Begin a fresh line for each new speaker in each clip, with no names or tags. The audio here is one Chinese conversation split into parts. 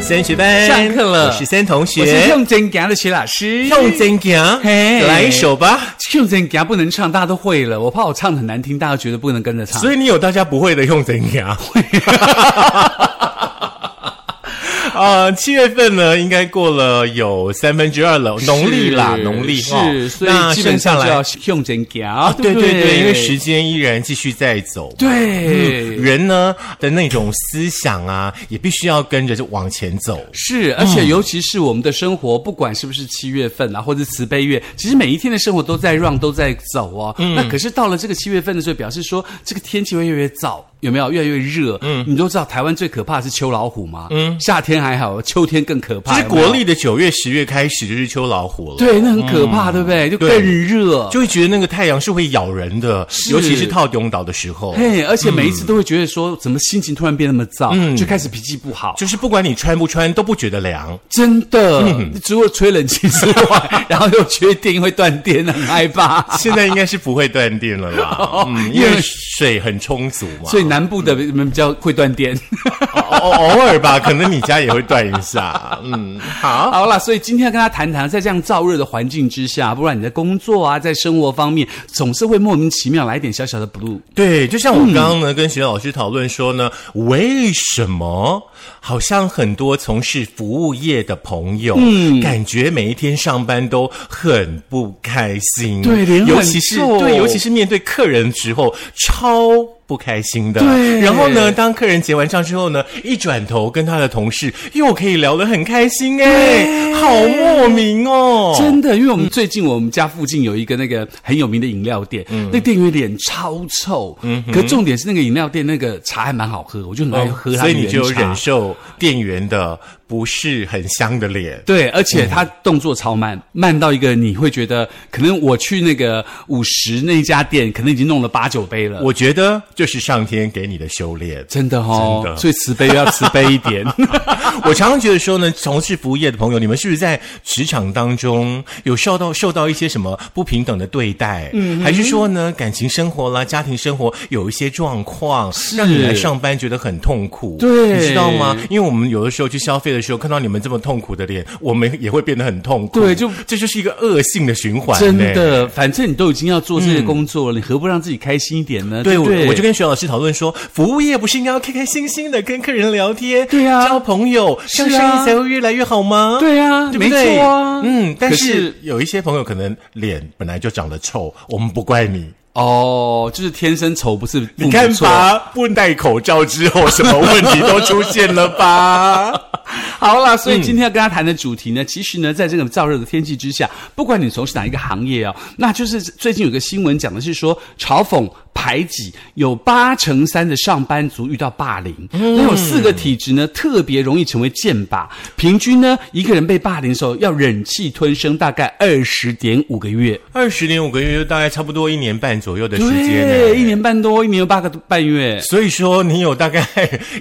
三学班
上课了
我是三同
我是
学。
用真行的齐老师，
用真行，
嘿
来一首吧。
用真行不能唱，大家都会了。我怕我唱得很难听，大家觉得不能跟着唱。
所以你有大家不会的用真行。 啊，七月份呢，应该过了有三分之二了，农历啦，
是
农历
是，
哦
所
那
以基
剩
本
下
上就
来
要，用真行
啊
啊
对
不
对对，因为时嗯间依然继续在走嘛。
对。
人呢的那种思想啊，也必须要跟着就往前走。
是，而
嗯
且尤其是我们的生活，不管是不是七月份啊，或者是慈悲月，其实每一天的生活都在 run，都在走哦。
嗯
那可是到了这个七月份的时候，表示说这个天气会越来越燥，有没有？越来越热。嗯，你都知道台湾最可怕的是秋老虎嘛。嗯，夏天还好，秋天更可
就
怕。
是
有没有
国历的九月、十月开始就是秋老虎了。
对，那很可怕，对不对？就
嗯对
更热。
就会觉得那个太阳是会咬人的，
是
尤其是套中岛的时候。
嘿，而且每一
嗯
次都会觉得说，怎么心情突然变那么燥，就开始脾气不好。
就是不管你穿不穿都不觉得 凉，
真的，
嗯
除了吹冷气之外，然后又缺电会断电，很害 怕。
现在应该是不会断电了 啦，嗯，因为水很充足嘛，
所以南部的你们比较会断电。
偶偶偶尔吧，可能你家也会断一下，嗯，好，
好啦，所以今天要跟他谈谈，在这样燥热的环境之下，不然你在工作啊，在生活方面，总是会莫名其妙来一点小小的 blue。
对，就像我刚刚呢、跟徐老师讨论说呢，为什么好像很多从事服务业的朋友，嗯，感觉每一天上班都很不开心，
对脸很
尤其是
臭
对，尤其是面对客人的时候超。不开心的，
对
然后呢？当客人结完账之后呢，一转头跟他的同事又可以聊得很开心哎，好莫名哦，
真的，因为我们最近我们家附近有一个那个很有名的饮料店，
嗯
那店员脸超臭，可重点是那个饮料店那个茶还蛮好喝，我就很爱哎喝它
哦所
的原茶、
以你就忍受店员的不是很香的脸。
对，而
嗯
且他动作超慢，慢到一个你会觉得，可能我去那个五十那一家店，可能已经弄了八九杯了。
我觉得这是上天给你的修炼。
真的哦，
真的
所以慈悲要慈悲一 点。
我常常觉得说呢，从事服务业的朋友，你们是不是在职场当中有受到受到一些什么不平等的对待？嗯，还是说呢，感情生活啦、家庭生活有一些状况，让你来上班觉得很痛苦？
对
你知道吗？因为我们有的时候去消费的时候，看到你们这么痛苦的脸，我们也会变得很痛苦。
对就
这就是一个恶性的循环。
真
嘞
的，反正你都已经要做这些工作了，你何不让自己开心一点
嗯
呢？
对，
不
我
对
我就跟徐老师讨论说，服务业不是应该要开开心心的跟客人聊天，
对啊
交朋友，
是
像生
啊
意才会越来越好吗？
对啊
对不对
没错啊
嗯，但
可
是
是
有一些朋友可能脸本来就长得臭，我们不怪你。
哦，就是天生丑不是
你
你
看吧，不戴口罩之后，什么问题都出现了吧？ 嗯
好啦，所以今天要跟大家谈的主题呢，其实呢，在这个燥热的天气之下，不管你从事哪一个行业哦，那就是最近有个新闻讲的是说，嘲讽排挤有八成三的上班族遇到霸凌，
嗯
那有四个体质呢特别容易成为剑靶，平均呢一个人被霸凌的时候要忍气吞声大概二十点五个月，
二十年五个月，大概差不多一年半左右的时间呢。
对，一年半多，一年有八个半月。
所以说，你有大概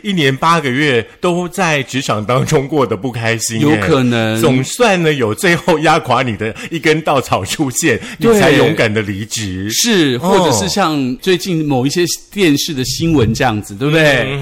一年八个月都在职场当中过得不开心，
有
哎
可能
总算呢有最后压垮你的一根稻草出现，你
对
才勇敢的离职。
是，或
哦
者是像最近某一些电视的新闻这样子，对不对？
嗯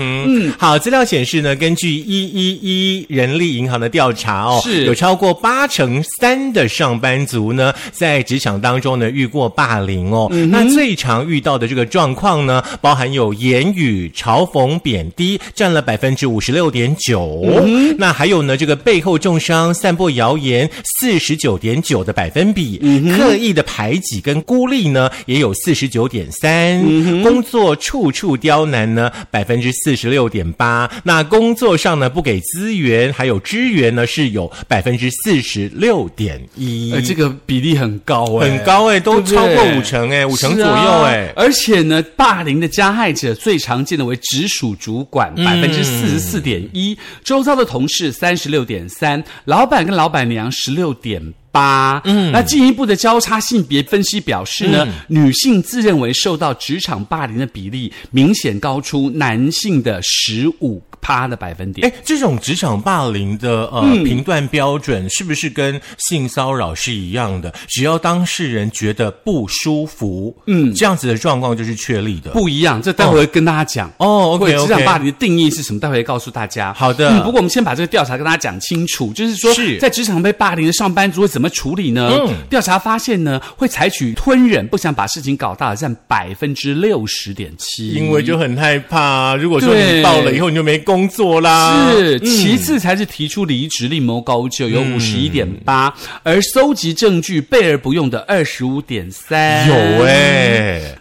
哼，好，资料显示呢，根据一一一人力银行的调查哦，
是
有超过八成三的上班族呢，在职场当中呢遇过霸凌哦。那最常遇到的这个状况呢，包含有言语嘲讽、贬低，占了百分之五十六点九。那还有呢，这个背后重伤、散播谣言四十九点九的百分比，
嗯
刻意的排挤跟孤立呢，也有四十九点三。
嗯
工作处处刁难呢，百分之四十六点八。那工作上呢，不给资源还有支援呢，是有百分之四十六点一
呃，，这个比例很高哎、
很高哎、都
对不对
超过五成哎、五成
是
左
啊
右哎、
而且呢，霸凌的加害者最常见的为直属主管，
嗯
百分之四十四点一，周遭的同事三十六点三，老板跟老板娘十六点。八，嗯，那进一步的交叉性别分析表示呢，
嗯
女性自认为受到职场霸凌的比例明显高出男性的十五趴的百分点。
哎，这种职场霸凌的呃、
嗯
评断标准是不是跟性骚扰是一样的？只要当事人觉得不舒服，嗯，这样子的状况就是确立的。
不一样，这待会儿会跟大家讲
哦
或者
，OK，OK
职场霸凌的定义是什么？待会儿会告诉大家。
好的
嗯，不过我们先把这个调查跟大家讲清楚，就是说
是
在职场被霸凌的上班族会怎么处理呢？
嗯
调查发现呢，会采取吞忍，不想把事情搞大，占百分之六十点七。
因为就很害怕、如果说
对
你报了以后你就没工作啦，
是，其次才是提出离职另谋高就，有
嗯
五十一点八，而搜集证据备而不用的二十五点三，
有哎、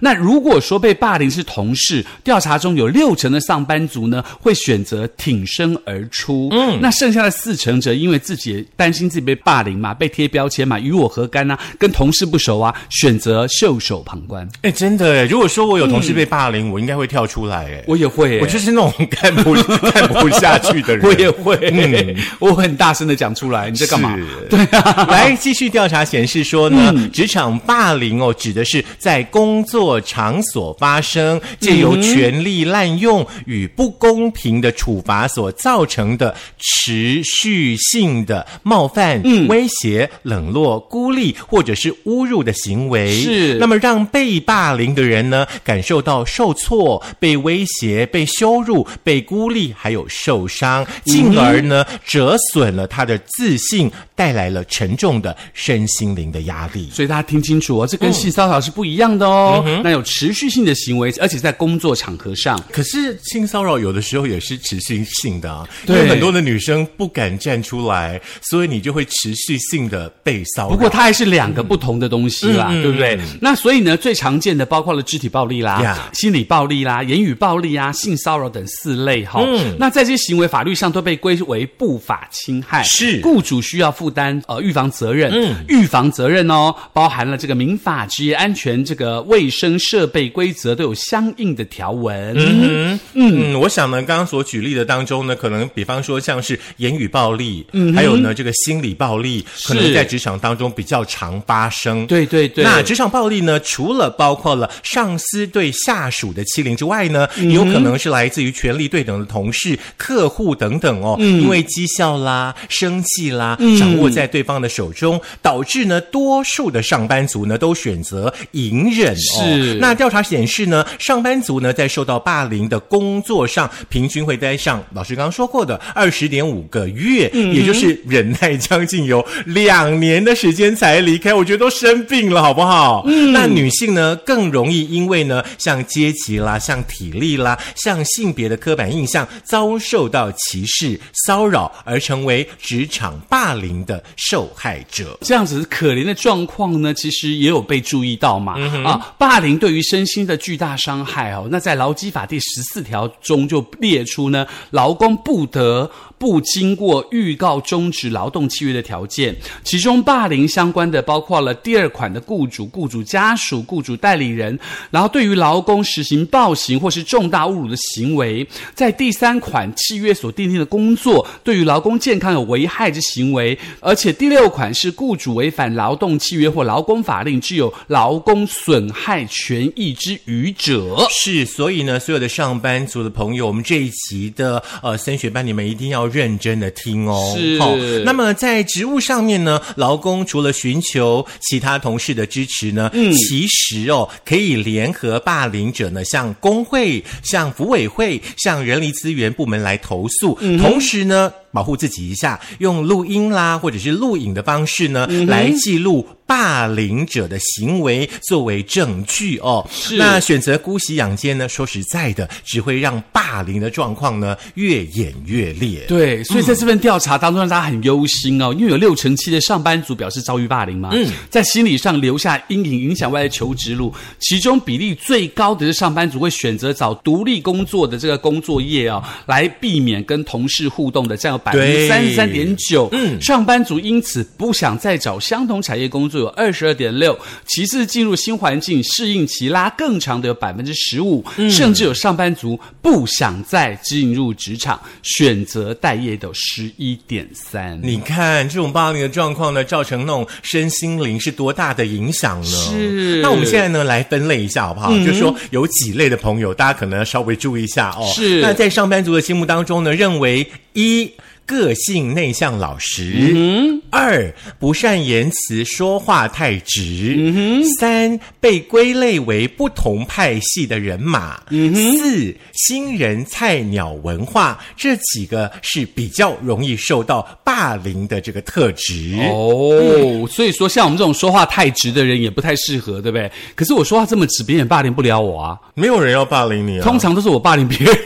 那如果说被霸凌是同事，调查中有六成的上班族呢会选择挺身而出，嗯，那剩下的四成则因为自己也担心自己被霸凌嘛，被贴标签嘛，与我何干呢、跟同事不熟啊，选择袖手旁观。
哎、真的哎，如果说我有同事被霸凌，我应该会跳出来哎，
嗯我也会、
我就是那种 看不看不下去的人。嗯
我也会， 我很大声的讲出来，你在干嘛？嗯
是？对啊，来继续调查显示说呢，职场霸凌哦，指的是在工作场所发生，借由权力滥用与不公平的处罚所造成的持续性的冒犯、
嗯
威胁、冷落、孤立或者是侮辱的行为。
是
那么让被霸凌的人呢，感受到受挫、被威胁、被羞辱、被孤立，还有受伤，进而呢折损了他的自信，带来了沉重的身心灵的压力。
所以大家听清楚哦，这跟性骚扰是不一样的哦。那有持续性的行为，而且在工作场合上，
可是性骚扰有的时候也是持续性的啊，因
对
为很多的女生不敢站出来，所以你就会持续性的被骚扰。
不过它还是两个不同的东西啦，
嗯嗯
对不对？那所以呢，最常见的包括了肢体暴力啦、
Yeah
心理暴力啦、言语暴力啊、性骚扰等四类哈、
嗯
那在这些行为法律上都被归为不法侵害，
是
雇主需要负担呃预防责任。
嗯
预防责任哦，包含了这个民法、职业安全、这个卫生设备规则都有相应的条文。
嗯嗯，我想呢，刚刚所举例的当中呢，可能比方说像是言语暴力，嗯，还有呢这个心理暴力，可能在职场当中比较常发生。。
对对对，
那职场暴力呢？除了包括了上司对下属的欺凌之外呢，
嗯
也有可能是来自于权力对等的同事、客户等等哦。
嗯
因为讥笑啦、生气啦，掌握在对方的手中，导致呢多数的上班族呢都选择隐忍哦。
是
那调查显示呢，上班族呢在受到霸凌的工作上，平均会待上老师刚刚说过的二十点五个月，也就是忍耐将近有两年的时间才离开，我觉得都生病了，好不好？嗯，那女性呢更容易因为呢像阶级啦、像体力啦、像性别的刻板印象遭受到歧视、骚扰，而成为职场霸凌的受害者。
这样子可怜的状况呢，其实也有被注意到嘛、啊，霸凌对于身心的巨大伤害哦。那在劳基法第十四条中就列出呢，劳工不得不经过预告终止劳动契约的条件，其中霸凌相关的包括了第二款的雇主、雇主家属、雇主代理人，然后对于劳工实行暴行或是重大侮辱的行为，在第三款契约所订定的工作对于劳工健康有危害之行为，而且第六款是雇主违反劳动契约或劳工法令具有劳工损害权益之余者。
是，所以呢，所有的上班族的朋友，我们这一集的呃升学班，你们一定要认真的听哦。
是
好那么在职务上面呢，劳工除了寻求其他同事的支持呢，
嗯
其实哦，可以联合霸凌者呢，向工会、向服委会、向人力资源部门来投诉，
嗯
同时呢。保护自己一下，用录音啦，或者是录影的方式呢，
嗯
来记录霸凌者的行为作为证据哦。
是
那选择姑息养奸呢，说实在的，只会让霸凌的状况呢越演越烈。
对，所以在这份调查当中，让大家很忧心哦，因为有六成七的上班族表示遭遇霸凌嘛，嗯，在心理上留下阴影，影响未来求职路。其中比例最高的是上班族会选择找独立工作的这个工作业哦，来避免跟同事互动的，占有百分之三十三点九。嗯，上班族因此不想再找相同产业工作有二十二点六，其次进入新环境适应期拉更长的有百分之十五，
嗯
甚至有上班族不想再进入职场，选择待业的十一点三。
你看这种霸凌的状况呢，造成那种身心灵是多大的影响呢？
是嗯
那我们现在呢来分类一下好不好？就说有几类的朋友，大家可能要稍微注意一下哦。
是
那在上班族的心目当中呢，认为一。个性内向老
嗯
实，二不善言辞，说话太直，
嗯
三被归类为不同派系的人马，
嗯
四新人菜鸟文化，这几个是比较容易受到霸凌的这个特质。嗯
哦，所以说像我们这种说话太直的人也不太适合，对不对？可是我说话这么直，别人也霸凌不了我啊。
没有人要霸凌你啊！
通常都是我霸凌别人，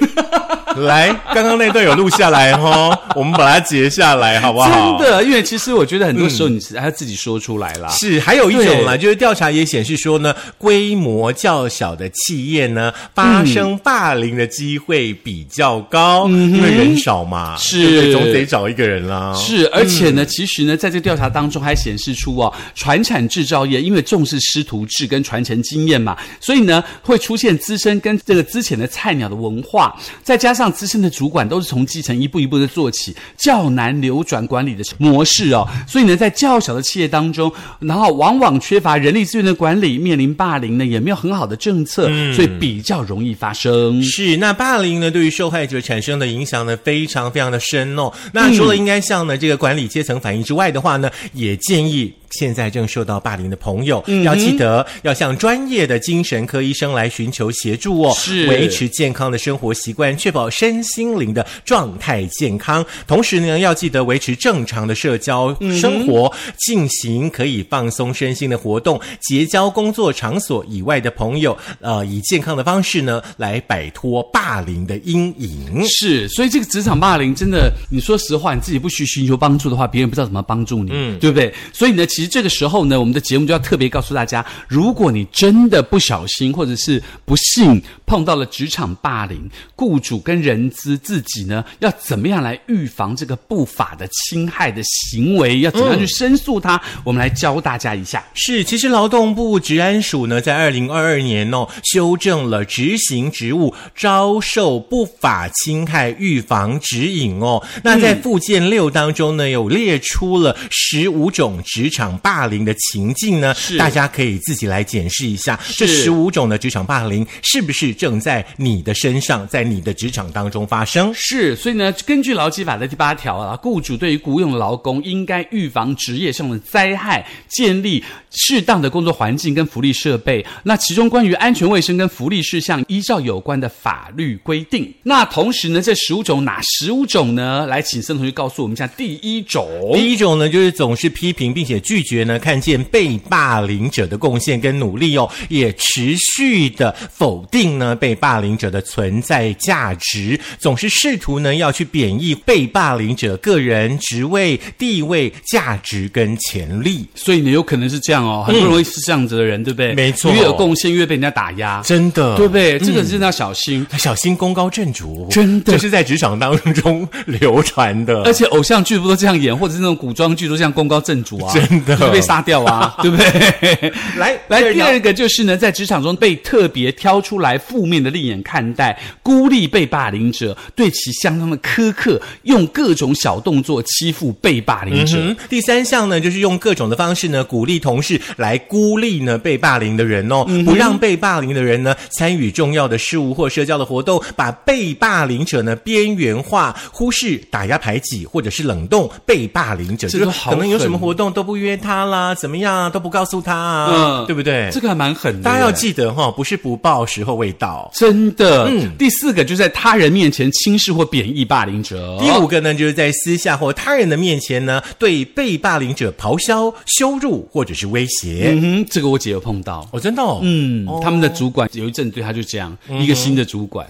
来，刚刚那段有录下来 哦，我们把它截下来好不好？
真的，因为其实我觉得很多时
嗯
候你是还要自己说出来啦。
是，还有一种啦，
对
就是调查也显示说呢，规模较小的企业呢，
嗯
发生霸凌的机会比较高，因为人少嘛，
嗯是
对不对总得找一个人啊啦。
是，而且呢，其实呢，在这个调查当中还显示出哦，船产制造业因为重视师徒制跟传承经验嘛，所以呢，会出现资深跟这个之前的菜鸟的文化，再加上资深的主管都是从基层一步一步的做起，较难流转管理的模式哦，所以呢，在较小的企业当中，然后往往缺乏人力资源的管理，面临霸凌呢，也没有很好的政策，所以比较容易发生。
是，那霸凌呢，对于受害者产生的影响呢，非常非常的深哦。那除
嗯
了应该向呢这个管理阶层反映之外的话呢，也建议现在正受到霸凌的朋友，
嗯
要记得要向专业的精神科医生来寻求协助哦，
是
维持健康的生活习惯，确保身心灵的状态健康。同时呢，要记得维持正常的社交生活，进行可以放松身心的活动，结交工作场所以外的朋友，呃，以健康的方式呢来摆脱霸凌的阴影。
是，所以这个职场霸凌真的，你说实话，你自己不去寻求帮助的话，别人不知道怎么帮助你，对不对？所以呢，其实这个时候呢，我们的节目就要特别告诉大家，如果你真的不小心或者是不幸碰到了职场霸凌，雇主跟人资自己呢，要怎么样来预防这个不法的侵害的行为，要怎么样去申诉它？我们来教大家一下。
是，其实劳动部治安署呢，在二零二二年哦，修正了执行职务遭受不法侵害预防指引哦。那在附件六当中呢，有列出了十五种职场霸凌的情境呢，
是
大家可以自己来检视一下，这十五种的职场霸凌是不是正在你的身上，在你的职场当中发生？
是，所以呢，根据劳基法的第八条啊，雇主对于雇佣的劳工应该预防职业上的灾害，建立适当的工作环境跟福利设备。那其中关于安全卫生跟福利事项，依照有关的法律规定。那同时呢，这十五种哪十五种呢？来，请森同学告诉我们一下。第一种，
第一种呢，就是总是批评并且拒绝呢看见被霸凌者的贡献跟努力哦，也持续的否定呢被霸凌者的存在价值，总是试图呢要去贬义被霸凌者个人职位、地位、价值跟潜力。
所以呢，有可能是这样哦，很不容易是这样子的人，对不对？
嗯没错嗯
越有贡献越被人家打压，
真的，
对不对？这个真的要小心。
小心功高震主，
真的
这是在职场当中流传的。
而且偶像剧不都这样演，或者是那种古装剧都这样功高震主 啊，
真的
就被杀掉 啊，对不对？
来
来，
第
第
二条
二个就是呢，在职场中被特别挑出来负面的另眼看待，孤立被霸凌者，对其相当的苛刻，用各种小动作欺负被霸凌者。
嗯，第三项呢，就是用各种的方式呢，鼓励同事来孤立呢被霸凌的人哦，
嗯
不让被霸凌的人呢参与重要的事务或社交的活动，把被霸凌者呢边缘化，忽视、打压、排挤或者是冷冻被霸凌者，
这
就
都
是
好
可能有什么
狠
活动都不约他啦，怎么样啊都不告诉他啊，
嗯
对不对？
这个还蛮狠的，
大家要
对不对
记得哈、哦，不是不报，时候未到。
真的。
嗯
第四个就是在他人面前轻视或贬义霸凌者。哦
第五个呢，就是在私下或他人的面前呢，对被霸凌者咆哮、羞辱或者是威胁。
嗯哼，这个我姐有碰到。
哦，真的哦，
嗯，他们的主管有一阵对他就这样，一个新的主管，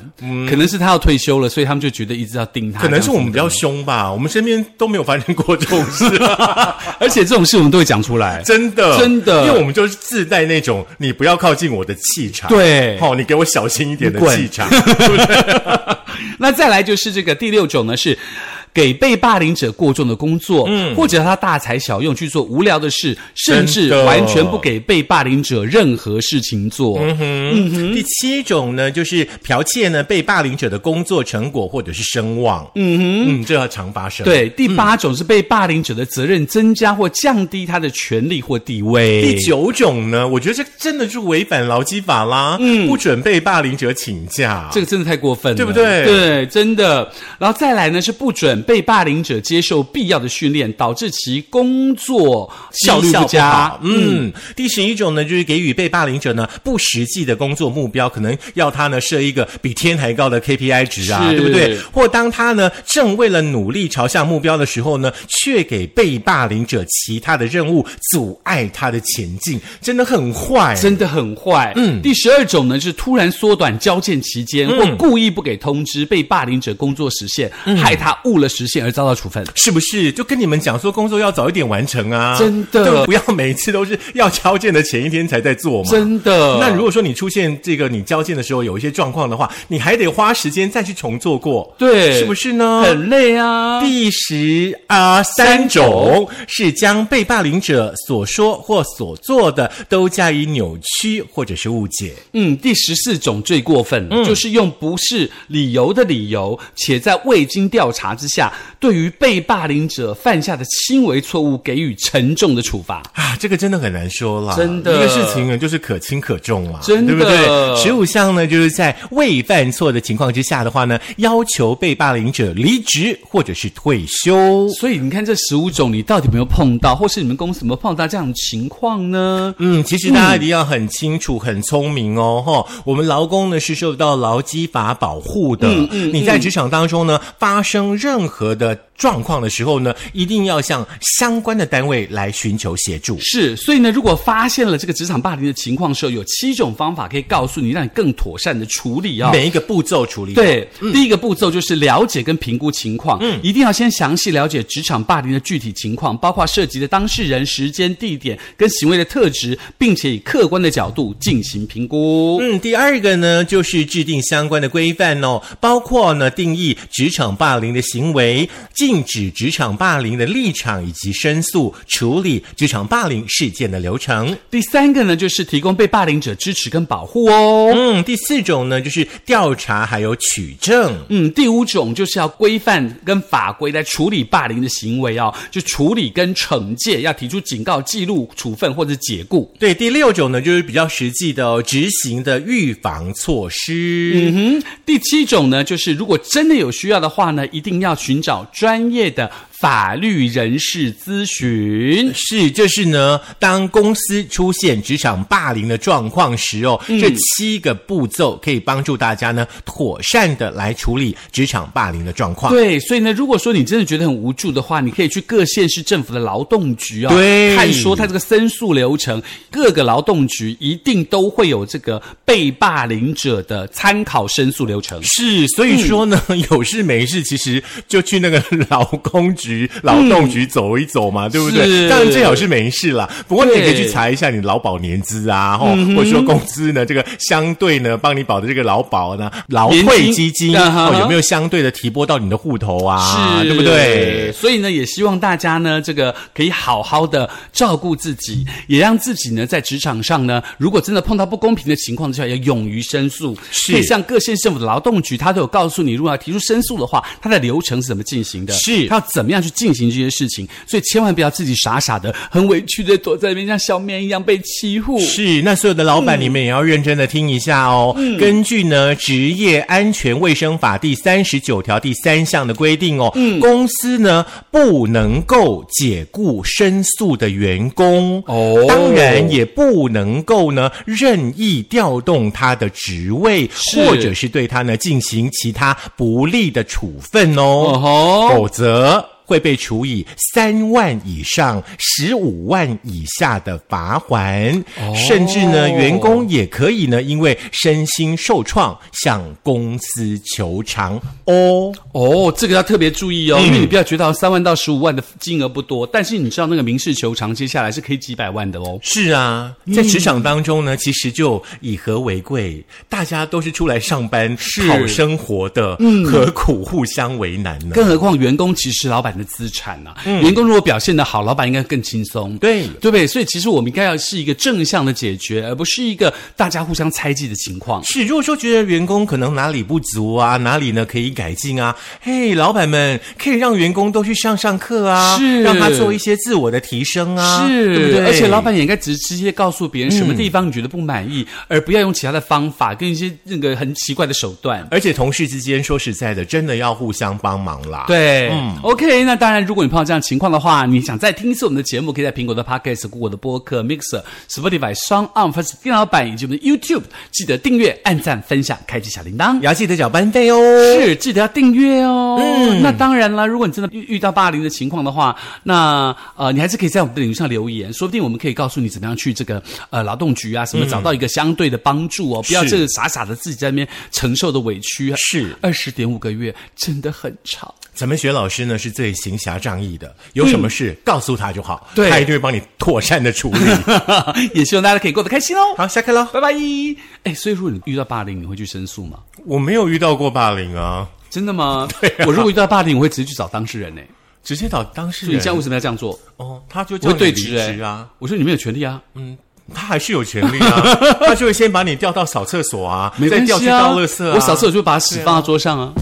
可能是他要退休了，所以他们就觉得一直要盯他。
嗯可能是我们比
这样
较凶吧，我们身边都没有发生过这种 事，
子的，而且这种事我们都会讲 出来。
真的，
真的
因为我们就是自带那种你不要靠近我的气场，
对
哦，你给我 小心一点的
你滚
气场，
那再来就是这个第六种呢是。给被霸凌者过重的工作，嗯，或者他大材小用去做无聊的事，甚至
真的
完全不给被霸凌者任何事情做。
嗯
嗯
第七种呢，就是剽窃呢被霸凌者的工作成果或者是声望。嗯哼，嗯，这要常发生。。
对，第八种是被霸凌者的责任增加或降低他的权利或地位。
第九种呢，我觉得这真的是违反劳基法啦，嗯，不准被霸凌者请假，
这个真的太过分了，
啊对不对
对，真的。然后再来呢，是不准被霸凌者接受必要的训练，导致其工作效率不
绩效
佳。
好嗯，第十一种呢，就是给予被霸凌者呢不实际的工作目标，可能要他呢设一个比天还高的 KPI 值啊，
是
对不对？或当他呢正为了努力朝向目标的时候呢，却给被霸凌者其他的任务阻碍他的前进，真的很坏。
真的很坏。嗯，第十二种呢是突然缩短交件期间，
嗯
或故意不给通知被霸凌者工作时限，害他误了时限而遭到处分。
是不是就跟你们讲说工作要早一点完成啊？
真的
就不要每次都是要交件的前一天才在做嘛。
真的。
那如果说你出现这个你交件的时候有一些状况的话，你还得花时间再去重做过，
对
是不是呢？
很累啊，
第十啊、三
三种
种是将被霸凌者所说或所做的都加以扭曲或者是误解，
嗯，第十四种最过分了，就是用不是理由的理由，且在未经调查之下，对于被霸凌者犯下的轻微错误给予沉重的处罚。
啊，这个真的很难说啦。
真的
一个事情呢，就是可轻可重啦，
真的
对不对？十五项呢，就是在未犯错的情况之下的话呢，要求被霸凌者离职或者是退休。
所以你看这十五种，你到底有没有碰到，或是你们公司有没有碰到这样的情况呢？
嗯，其实大家一定要很清楚、很聪明哦，哈。我们劳工呢是受到劳基法保护的。嗯嗯，你在职场当中呢发生任何的状况的时候呢，一定要向相关的单位来寻求协助。
是，所以呢，如果发现了这个职场霸凌的情况的时候，有七种方法可以告诉你，让你更妥善的处理啊、
每一个步骤处理好
对，第一个步骤就是了解跟评估情况，嗯，一定要先详细了解职场霸凌的具体情况，包括涉及的当事人、时间、地点跟行为的特质，并且以客观的角度进行评估。
嗯，第二个呢，就是制定相关的规范哦，包括呢定义职场霸凌的行为，禁止职场霸凌的立场以及申诉处理职场霸凌事件的流程。
第三个呢，就是提供被霸凌者支持跟保护哦。
嗯，第四种呢就是调查还有取证。
嗯，第五种就是要规范跟法规来处理霸凌的行为哦，就处理跟惩戒，要提出警告、记录、处分或者解雇。
对，第六种呢就是比较实际的哦，执行的预防措施。
嗯哼，第七种呢，就是如果真的有需要的话呢，一定要寻找专业的法律人士咨询。
是，就是呢，当公司出现职场霸凌的状况时哦，
嗯
这七个步骤可以帮助大家呢妥善的来处理职场霸凌的状况。
对，所以呢，如果说你真的觉得很无助的话，你可以去各县市政府的劳动局哦，
对
看说他这个申诉流程，各个劳动局一定都会有这个被霸凌者的参考申诉流程。
是，所以说呢，
嗯
有事没事，其实就去那个劳工局、劳动局走一走嘛，对不对？
是
当然最好是没事啦，不过你也可以去
对
查一下你劳保年资啊，吼，或者说
嗯
公司呢这个相对呢帮你保的这个劳保呢劳
年
退
金
基金
啊哈
哦有没有相对的提拨到你的户头啊？
是，
对不对？
所以呢，也希望大家呢，这个可以好好的照顾自己，也让自己呢在职场上呢，如果真的碰到不公平的情况之下，要勇于申诉。
是
可以向各县政府的劳动局，他都有告诉你，如果要提出申诉的话，它的流程是怎么进行的，
是
它要怎么样去进行这些事情。所以千万不要自己傻傻的、很委屈的躲在那边，像小绵羊被欺负。
是，那所有的老板，你们也要认真的听一下哦。
嗯
根据呢《职业安全卫生法》第三十九条第三项的规定哦，
嗯
公司呢不能够解雇申诉的员工
哦
当然也不能够呢任意调动他的职位，
是
或者是对他呢进行其他不利的处分哦，
哦吼
否则会被处以三万以上十五万以下的罚款，甚至呢，员工也可以呢，因为身心受创向公司求偿哦。
哦，这个要特别注意
嗯
哦，因为你不要觉得三万到十五万的金额不多，但是你知道那个民事求偿接下来是可以几百万的哦。
是啊，在职场当中呢，其实就以和为贵，大家都是出来上班讨生活的，何苦互相为难呢？
更何况员工其实老板的资产啊，员工如果表现得好，老板应该更轻松，
嗯对
对不对？所以其实我们应该要是一个正向的解决，而不是一个大家互相猜忌的情况。
是，如果说觉得员工可能哪里不足啊，哪里呢可以改进啊，嘿，老板们可以让员工都去上上课啊，
是
让他做一些自我的提升啊，
是，
对不嗯对？
而且老板也应该直直接告诉别人什么地方你觉得不满意，而不要用其他的方法跟一些那个很奇怪的手段。
而且同事之间说实在的，真的要互相帮忙啦。。
对、o
嗯
k 那当然，如果你碰到这样的情况的话，你想再听一次我们的节目，可以在苹果的 Podcast、Google 的播客、Mixer、Spotify、s o n On、First 电脑版以及我们的 YouTube，记得订阅、按赞、分享、开启小铃铛
也。要记得缴班费哦。
是，记得要订阅哦。
嗯
那当然啦，如果你真的遇遇到霸凌的情况的话，那呃，你还是可以在我们的领域上留言，说不定我们可以告诉你怎么样去这个呃劳动局啊什么找到一个相对的帮助哦，不要
是
这个傻傻的自己在那边承受的委屈。
是
二十点五个月真的很长。
咱们学老师呢是最行侠仗义的，有什么事、告诉他就好，
对
他一定会帮你妥善的 处理。
也希望大家可以过得开心哦。
好，下课喽。
拜拜。哎，所以如果你遇到霸凌，你会去申诉吗？
我没有遇到过霸凌啊，
真的吗？我如果遇到霸凌，我会直接去找当事人呢、
直接找当事
所以
人
你这样为什么要这样做？
哦，他就
我
叫
会
你
对
离
质哎、
职啊。
我说你没有权利啊，
嗯，他还是有权利啊， 他就会先把你调到扫厕所啊，
没
再
关系
调去
啊，
倒垃圾啊。
我扫厕所就把屎放到桌上啊。